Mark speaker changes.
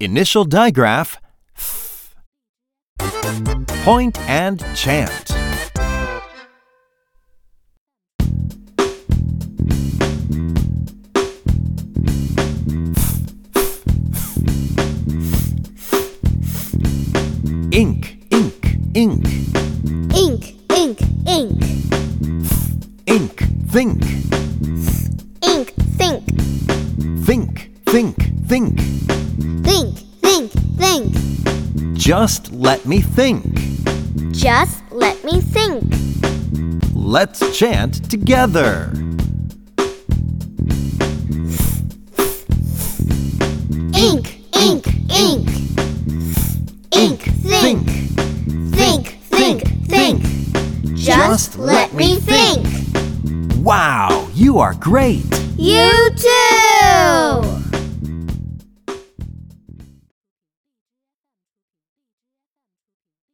Speaker 1: Initial digraph th. Point and chant. Ink, ink, ink,
Speaker 2: Ink, ink, ink.
Speaker 1: ink, think,
Speaker 2: Ink, think.
Speaker 1: think, think, think.
Speaker 2: Think, think, think.
Speaker 1: Just let me think.
Speaker 2: Just let me think.
Speaker 1: Let's chant together.
Speaker 2: Ink, ink, ink. Ink, think, think, think, think. Just let me think.
Speaker 1: Wow, you are great.
Speaker 2: You too!